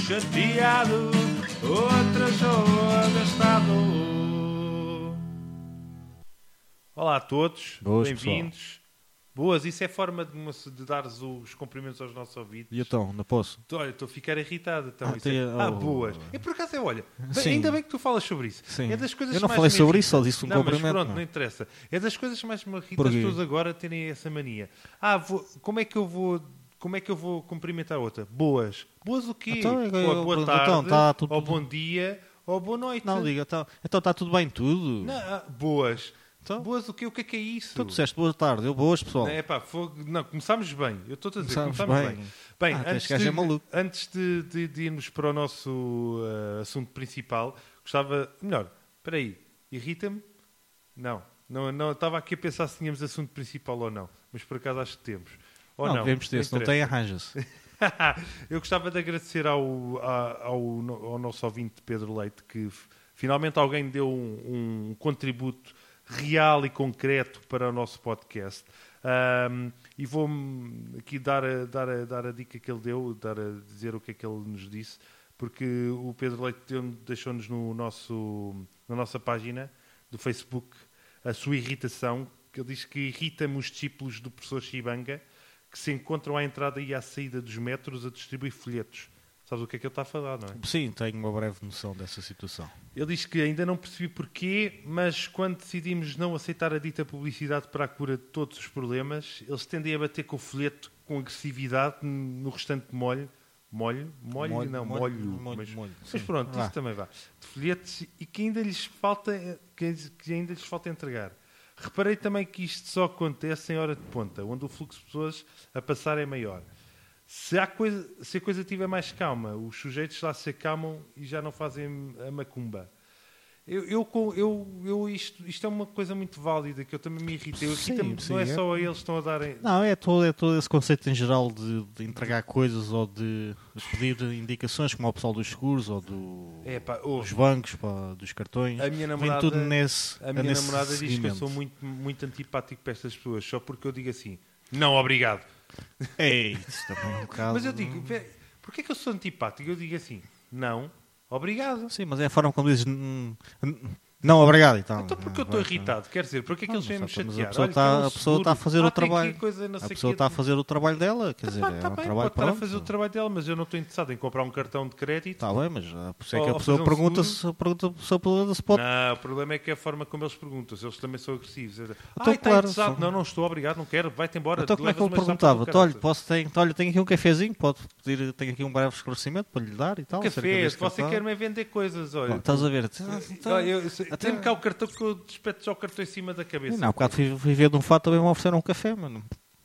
chateado, outras sou gastado. Olá a todos, Boas, bem-vindos. Boas, isso é forma de, mo- de dar os cumprimentos aos nossos ouvidos. E então, não posso? Tô- Olha, estou a ficar irritado. Então, Ah, isso é- tem- ah, oh. boas. E por acaso é, olha, bem- Sim. ainda bem que tu falas sobre isso. Sim. É das coisas Eu não mais falei me sobre irritam. isso, só disse um não, Mas cumprimento, pronto, não é? não interessa. É das coisas mais me irritam Por as quê? pessoas agora terem essa mania. Ah, vou- como é que eu vou. Como é que eu vou cumprimentar a outra? Boas. Boas o quê? Então, eu- ou a eu boa pergunto, tarde, então, tá tudo- ou bom dia, ou boa noite. Não, diga, então está tudo bem tudo? Não, ah, boas. Então? Boas o quê? O que é que é isso? Tu disseste boa tarde, eu boas, pessoal. É pá, fogo. Não, começámos bem. Eu estou a dizer, começámos, Começámos bem. bem. Bem, Ah, então antes, este gajo de, é maluco. antes de, de- de irmos para o nosso ah, assunto principal, gostava. Melhor, espera aí, irrita-me? Não, não, não, eu estava aqui a pensar se tínhamos assunto principal ou não, mas por acaso acho que temos. Ou não, não, devemos ter, se não interessa. tem, arranja-se. Eu gostava de agradecer ao, a- ao, no- ao nosso ouvinte Pedro Leite que f- finalmente alguém deu um, um contributo real e concreto para o nosso podcast. Ahm, e vou aqui dar a, dar, a, dar a dica que ele deu, dar a dizer o que é que ele nos disse, porque o Pedro Leite deu- deixou-nos no nosso, na nossa página do Facebook a sua irritação, que ele diz que irrita-me os discípulos do professor Chibanga que se encontram à entrada e à saída dos metros a distribuir folhetos. Sabes o que é que ele está a falar, não é? Sim, tenho uma breve noção dessa situação. Ele diz que ainda não percebi porquê, mas quando decidimos não aceitar a dita publicidade para a cura de todos os problemas, eles tendem a bater com o folheto com agressividade no restante molho. Molho? Molho? Molho, não, molho, molho. molho, mas, molho, mas sim. pronto, é- Vá. isso também vá. De folhetos e que ainda lhes falta, que, que ainda lhes falta entregar. Reparei também que isto só acontece em hora de ponta, onde o fluxo de pessoas a passar é maior. Se a, coisa, se a coisa tiver mais calma, os sujeitos lá se acalmam e já não fazem a macumba. Eu, eu, co- eu, eu- isto, isto é uma coisa muito válida que eu também me irritei. Eu Sim, irrita-me, sim, não é é. só a eles que estão a darem. Não, é todo, é todo esse conceito em geral de, de entregar coisas ou de pedir indicações, como ao pessoal dos seguros ou do- É pá, ouve. dos bancos, pá, dos cartões. A minha namorada- Vem tudo nesse A minha nesse namorada diz que eu seguimento. sou muito, muito antipático para estas pessoas, só porque eu digo assim: não, obrigado. É isso também é um bocado. Mas eu digo: "Vé, porquê é que eu sou antipático? Eu digo assim: não, obrigado. Sim, mas é a forma como dizes. "Hum, hum, Não, obrigado e tal. Então porque eu Ah, estou vai, vai. irritado? Quer dizer, porque é que Ah, eles vêm me mas chatear? A pessoa Olha que é está um a, pessoa seguro. está a fazer Ah, tem o aqui trabalho. coisa, não a sei pessoa quê. está a fazer o trabalho dela. Quer Tá dizer, bem, é tá um bem, trabalho pode estar a fazer o pronto. trabalho dela, mas eu não estou interessado em comprar um cartão de crédito. Está bem, mas ah, por isso é Ou- que a ou pessoa fazer um pergunta se pergunta se pergunta se pode. Não, o problema é que é a forma como eles perguntam, se eles também são agressivos. Então, ah, Então, está claro, interessado? são- Não, não estou, obrigado, não quero, vai-te embora. Então como é que levas ele uma chapa do perguntava? Então, Olha, caraças. posso ter, então, olha, tenho aqui um cafezinho, pode pedir, tenho aqui um breve esclarecimento para lhe dar e tal. acerca Um Café, deste você cartão. quer me vender coisas, Bom, então, olha. Estás a ver? "Ah, tá." Olha, eu- eu sei- até- Tem-me cá o cartão que eu despeto já o cartão em cima da cabeça. Não, há bocado fui, fui ver de um fato também me ofereceram um café, mano.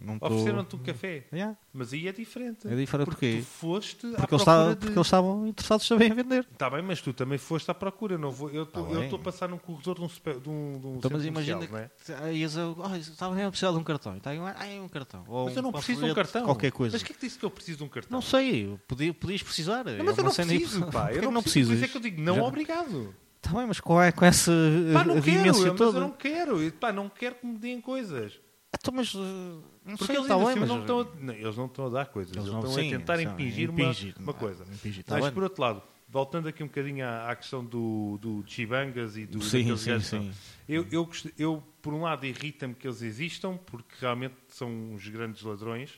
Não tô- Ofereceram-te um café, Yeah. mas aí é diferente. É porque diferente porquê? tu foste à Porque, procura eles estavam, de... porque eles estavam interessados também em vender. Está bem, mas tu também foste à procura. Não vou... Eu Tá estou bem. a passar num corredor de um, super... de um, de um Então, mas centro comercial, imagina não é? que ah, ias a- ah, eu estava mesmo a precisar de um cartão. Então, eu, ah, é um cartão. Ou Mas eu não um preciso de um panfleto, cartão. Qualquer coisa. Mas o que é que disse que eu preciso de um cartão? Não sei, eu podia, podias precisar. É Não, mas eu não preciso, pá. Eu não preciso. Por isso é que eu digo, não, Já- obrigado. Está Tá bem, mas é, com, com essa Pá, não quero, dimensão eu- mas toda. eu não quero. E, Pá, não quero que me deem coisas. Então, mas, uh, não Porque sei, eles tá ainda bem, assim mas... não estão a, não, eles não estão a dar coisas. Eles, Eles não- estão sim, a tentar sim, impingir, impingir, uma, uma ah, coisa. né? impingir, tá mas, bem. por outro lado, voltando aqui um bocadinho à, à questão do, do Chibangas e do Sim, daqueles sim, gajos, sim. não. Eu, eu, gost- eu, por um lado, irrita-me que eles existam, porque realmente são uns grandes ladrões.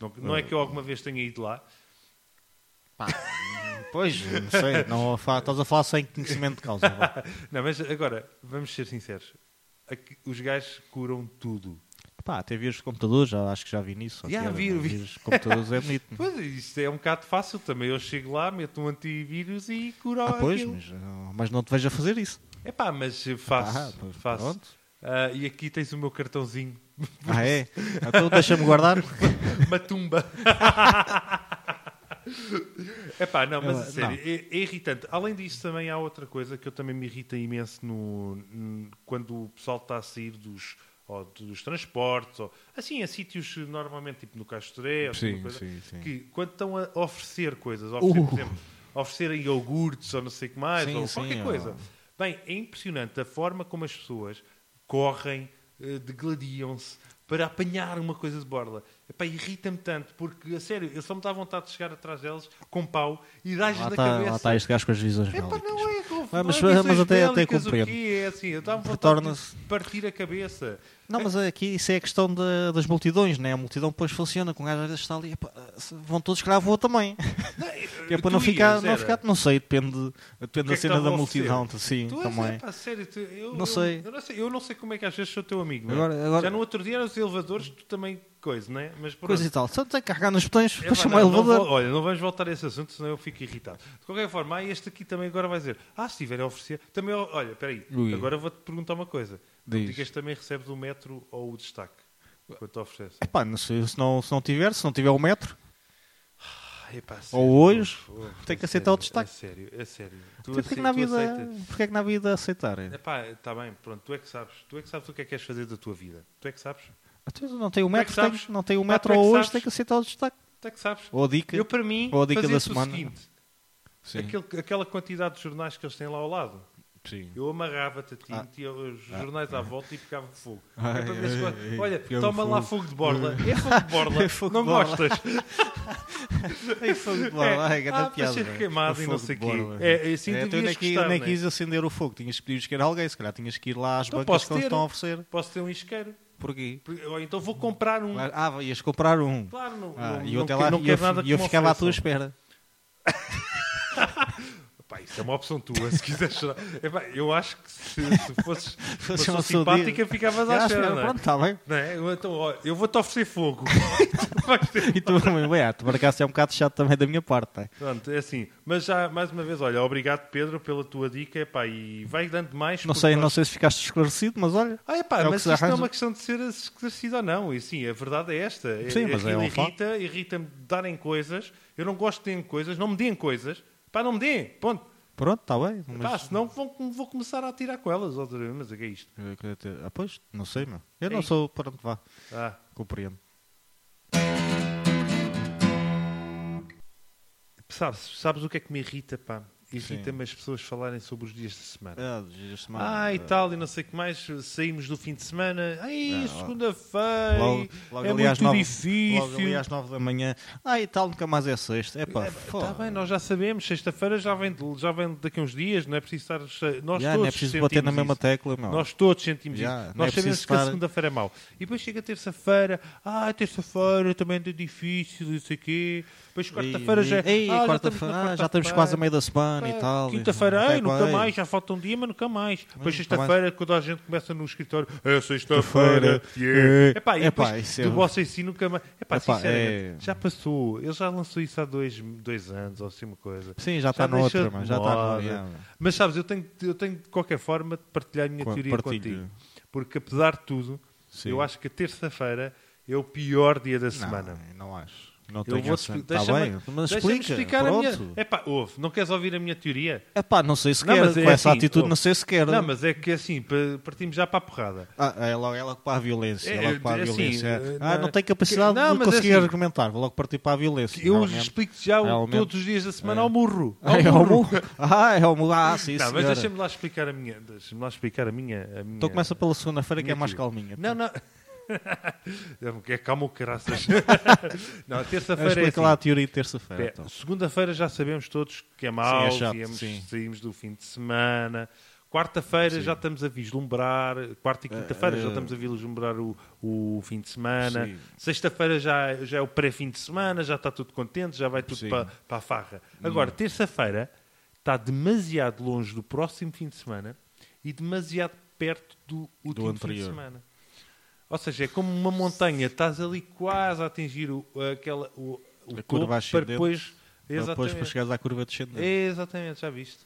Não, não é que eu alguma vez tenha ido lá. Pá, pois, não sei, não, fa- estás a falar sem conhecimento de causa. é? vá. Não, mas agora, vamos ser sinceros. Aqui- os gajos curam tudo. Pá, até vírus de computadores, já, acho que já vi nisso. só que Já, era, vi- não, vi. Vírus de computadores é bonito. não? Pois, isto é um bocado fácil também. Eu chego lá, meto um antivírus e curo Ah, pois, aquilo. mas, ah, mas não te vejo a fazer isso. É pá, mas eh, faço. Ah, pois, faço. pronto. Ah, e aqui tens o meu cartãozinho. Ah, é? Então deixa-me guardar. É Matumba. é pá, não, mas a Eu- sério, É, é irritante. Além disso, também há outra coisa que eu também me irrita imenso no, no- quando o pessoal está a sair dos, ou dos transportes, ou, assim, a sítios normalmente, tipo no Castoré, ou assim, uma coisa, Sim, sim, sim. que quando estão a iogurtes, coisas, a oferecer, por Uh. exemplo, a oferecerem iogurtes ou não sei o que mais, Sim, ou sim, qualquer ó. coisa. Bem, é impressionante a forma como as pessoas correm, eh, degladiam-se, para apanhar uma coisa de borla. Epá, irrita-me tanto, porque, a sério, eu só me dá vontade de chegar atrás deles com pau e dar-lhes Lá na está, cabeça. lá está este gajo com tá as visões Epá, bélicas. não é, com Ah, mas- não é mas visões até- até bélicas, o compreendo. quê? É assim, eu dá-me vontade Retorna-se. de partir a cabeça. Não, mas aqui isso é a questão da- das multidões, né? A multidão depois funciona, com um gajo às vezes está ali, epá, se vão todos cá, vou também. Que é para eh, Tu não ficar, ias, não era. ficar, não sei, depende, depende que é da que cena estava da a oferecer? multidão, tá, sim, Tu és, também. epá, sério, tu- eu, Não eu- sei. Eu não sei. eu não sei como é que às vezes sou teu amigo. não é? Agora- agora- Já no outro dia eram os elevadores, tu também coisa, não é? Mas pronto. Coisa e tal. Só tem que carregar nos botões, Epá, para chamar o não, não elevador. vou- olha, não vamos voltar a esse assunto, senão eu fico irritado. De qualquer forma, ah, este aqui também agora vai dizer: Ah, se tiver a oferecer. Também, ó, olha, espera aí, Ui. agora vou-te perguntar uma coisa. Não Diz. digas que também recebes o metro ou o destaque quando te ofereces. Epá, não sei, se não, se não tiver, se não tiver o metro, tipo, Ah, epá, a sério, ou hoje, pô, tem que a aceitar sério, o destaque. A sério, a sério. Tu Porquê que acei- na assim, tu vida, aceitas? É. porque é que na vida aceitarem? Epá, está bem, pronto, tu é que sabes. Tu é que sabes o que é que queres fazer da tua vida. Tu é que sabes. Então, não tem o Como é que metro, tem- sabes? não tem o Pá, metro como é que ou hoje, sabes? tem que aceitar o destaque. Tu é que sabes. Ou a dica. Eu, para mim, Ou a dica da fazia-se o semana. seguinte: Sim. aquele- aquela quantidade de jornais que eles têm lá ao lado. Sim. Eu amarrava-te a ti, Ah. metia os jornais à volta e pegava fogo. Ai, É para ver se ai, gosta. ai, Olha, pegava toma lá fogo. fogo de borla. É fogo de borla. É fogo não de borla. gostas? Ai, fogo de É, bola, ai, grande ah, para piada. ser velho. queimado O e não fogo sei o de quê. bola, velho. É, assim É, então devias nem, quis, gostar, nem não é? quis acender o fogo, tinhas que ir alguém, se calhar tinhas que ir lá às Então bancas posso que eles ter. estão a oferecer. Posso ter um isqueiro. Porquê? Ou então vou comprar um. Claro, Ah, ias comprar um. não, Ah, não, não e eu até que- lá não e eu, quero nada e eu que me ficava à tua ofereçam. espera. Pá, isso é uma opção tua, se quiseres chorar. Epá, eu acho que se, se fosses uma uma pessoa saudade. simpática, ficavas Ah, à espera, espera. não é? Pronto, está bem. Não é? Eu- Então, ó, eu vou-te oferecer fogo. E tu vais ter E tu, bem, ah, tu por acaso é um bocado chato também da minha parte. tá? Pronto, é assim. Mas já, mais uma vez, olha, obrigado Pedro pela tua dica, epá, e vai dando mais. Não porque sei, nós- não sei se ficaste esclarecido, mas olha. Ah, epá, É o que mas isto se não é arranja. uma questão de ser esclarecido ou não. E sim, a verdade é esta. Sim, mas é aquilo um facto. irrita, irrita-me darem coisas. Eu não gosto de terem coisas, não me deem coisas. Pá, não me deem, ponto. Pronto, está bem. mas- Pá, senão vão- vou começar a atirar com elas. outra vez. Mas o que é isto? Eu queria ter- Ah, pois, não sei, meu. Eu não Ei. sou. Pronto, vá. Ah, Compreendo. sabes, sabes o que é que me irrita, pá? Irrita-me Sim. as pessoas falarem sobre os dias de semana. Ah, esta semana, Ah, e ah, tal, e não sei o que mais. Saímos do fim de semana. Ai, Ah, segunda-feira. Logo, logo é ali muito às nove, difícil. Logo ali às 9 da manhã. Ah, e tal, nunca mais é sexta. É pá, Está bem, nós já sabemos. Sexta-feira já vem, de- já vem daqui a uns dias. Não é preciso estar. che- Nós Já, todos não é preciso bater na sentimos mesma isso. tecla, meu. Nós todos sentimos Já, isso. não é Nós sabemos preciso que a estar- segunda-feira é mau. E depois chega terça-feira. Ah, terça-feira também é difícil, não sei o quê. Depois quarta-feira já. Ei, ah, quarta estamos na É, já estamos quase a meio da semana e tal. Quinta-feira, Até ei, nunca quando- mais, já falta um dia, mas nunca mais. Depois nunca mais. sexta-feira, quando a gente começa no escritório, é sexta-feira, yeah. yeah. Epá, e Epá, depois isso é do um- vosso ensino nunca mais. Epá, Epá, sinceramente, é- já passou. Ele já lançou isso há dois, dois anos, ou assim uma coisa. Sim, já Já está na deixa outra, de mas já está moda. na. yeah. Mas sabes, eu tenho, eu tenho de qualquer forma de partilhar a minha Co- teoria partilho. contigo. Porque apesar de tudo, Sim. eu acho que a terça-feira é o pior dia da semana. Não, não acho. Não Eu tenho vou essa- explicar. Tá bem, mas deixa-me explica. explicar a minha. Pronto. Epá, ouve, não queres ouvir a minha teoria? Epá, não sei se Não, quer. mas é Com essa assim, atitude, oh. não sei se quer. Não, mas é que assim, pa- partimos já para a porrada. Ah, é logo, é logo para a violência. É, É, logo para a é assim, violência. eh, ah, não- não tem capacidade que- não, de mas é conseguir assim- argumentar. Vou logo partir para a violência. Eu realmente. explico-te já o- Realmente. todos os dias da semana ao murro. Ao Ah, é o murro. murro. Ah, é o murro. Ah, sim, Não, senhora. mas deixa-me lá explicar a minha. Deixa-me lá explicar a minha. A minha... Então começa pela segunda-feira que é mais Minha calminha. Não, não. é calma o caraças. não, Mas terça-feira é Explica assim. lá a teoria de terça-feira. Pé, então. Segunda-feira já sabemos todos que é mau, chato, viemos- sim. saímos do fim de semana. Quarta-feira já estamos a vislumbrar, quarta e quinta-feira já estamos a vislumbrar o, o fim de semana. Eh, Sim. Sexta-feira já, já é o pré-fim de semana, já está tudo contente, já vai tudo Sim. Hum. para a farra. Agora, terça-feira está demasiado longe do próximo fim de semana e demasiado perto do último fim de anterior. semana. Ou seja, é como uma montanha, estás ali quase a atingir o, aquela, o, o A curva topo para ascendente. depois. Para Depois para Exatamente. É, chegares à curva descendente. Exatamente, já viste.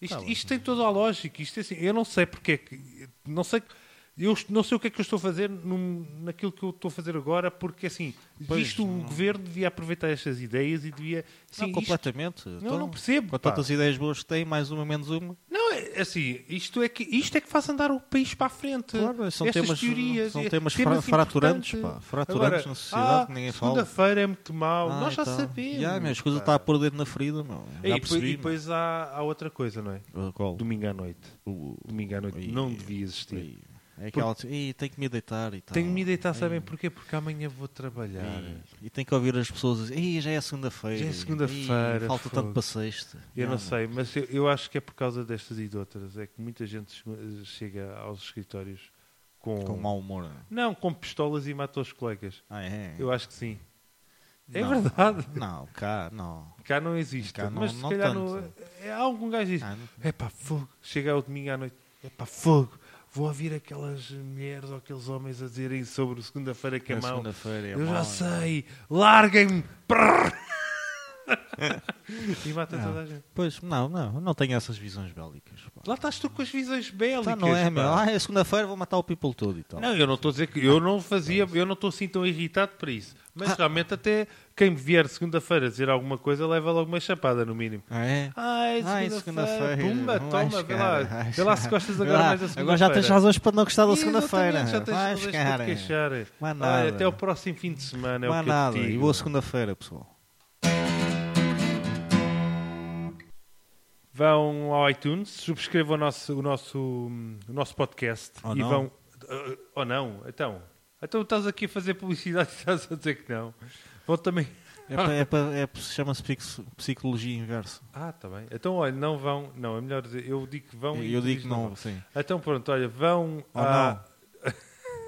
Isto, é? Tá bem. isto tem toda a lógica. Isto é assim, eu não sei porque é que. Não sei, eu est- não sei o que é que eu estou a fazer num- naquilo que eu estou a fazer agora, porque assim, Pois, isto o não- governo devia aproveitar estas ideias e devia. Sim, não, isto- completamente. não, Então, não percebo. Com pá. tantas ideias boas que tem, mais uma, menos uma. Não, é assim, isto é, que, isto é que faz andar o país para a frente. Claro, são Estas temas- teorias, são é- temas fra- fraturantes, importantes. pá, fraturantes na sociedade ah, que ninguém fala. segunda-feira é muito mau. Ah, Nós e já tal. sabemos. Já, minha escusa pá. está a pôr o dedo na ferida, meu. E, Já depois- percebi. e depois há, há outra coisa, não é? meu. Qual? Domingo à noite. O- Domingo à noite Ui, não devia existir. Ui. É aquela. E tenho que me deitar e tal. Tenho de me deitar, sabem porquê? Porque amanhã vou trabalhar. E, e tenho que ouvir as pessoas dizer, "Ih, já é segunda-feira. Já é segunda-feira, Ih, Falta fogo." tanto para sexta. Eu não, sei, mas eu, eu acho que é por causa destas e de outras. É que muita gente chega- chega aos escritórios com. Com mau humor. Não, com pistolas e mata os colegas. Ah, é? Eu acho que sim. É Não. verdade. Não, cá, não. Cá não existe. Cá não- mas se não calhar tanto. não- é, algum gajo diz: Ah, não. é pá, fogo. Chega ao domingo à noite: é pá, fogo. Vou ouvir aquelas mulheres ou aqueles homens a dizerem sobre segunda-feira que é Na mau. segunda-feira é Eu já mau. sei, larguem-me! Prrr. e mata toda a gente. Pois, não, não, não tenho essas visões bélicas. pá. Lá estás tu com as visões bélicas. Tá, não é, pá. meu. Ah, é segunda-feira, vou matar o people todo então. e tal. Não, eu não estou a dizer que eu não É fazia, eu não estou assim tão irritado por isso. Ah. Mas realmente até quem me vier segunda-feira dizer alguma coisa leva logo uma chapada no mínimo. Ah, é? Ai, Ai, segunda-feira, segunda-feira. pumba, Vais, toma, vê lá, cara, vais, vê lá cara. se gostas Vê agora lá, mais da segunda-feira. Agora já tens razões para não gostar da Exatamente, segunda-feira. Já tens Vais, razões para cara. te queixar. Mas Ai, nada. até o próximo fim de semana, é o Mais que eu te nada. E digo. boa segunda-feira, pessoal. Vão ao iTunes, subscrevam o nosso, o nosso, o nosso podcast Ou e não. vão. eh, Ou não, então. Então estás aqui a fazer publicidade e estás a dizer que não. Vão também. É pa- é pa- é pa- Chama-se psico- psicologia inversa. Ah, está bem. Então, olha, não vão. Não, é um melhor dizer. Eu digo que vão e Eu tu digo dizes que não, vão. sim. Então, pronto, olha, vão Ou à...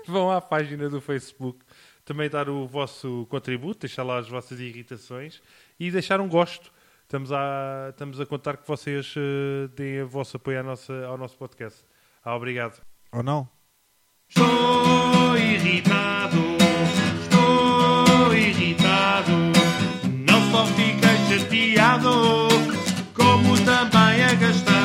vão à página do Facebook também dar o vosso contributo, deixar lá as vossas irritações e deixar um gosto. Estamos a, estamos a contar que vocês eh, deem o vosso apoio à nossa, ao nosso podcast. Ah, obrigado. Ou não? Estou irritado, estou irritado. Não só fiquei chateado, como também a gastar.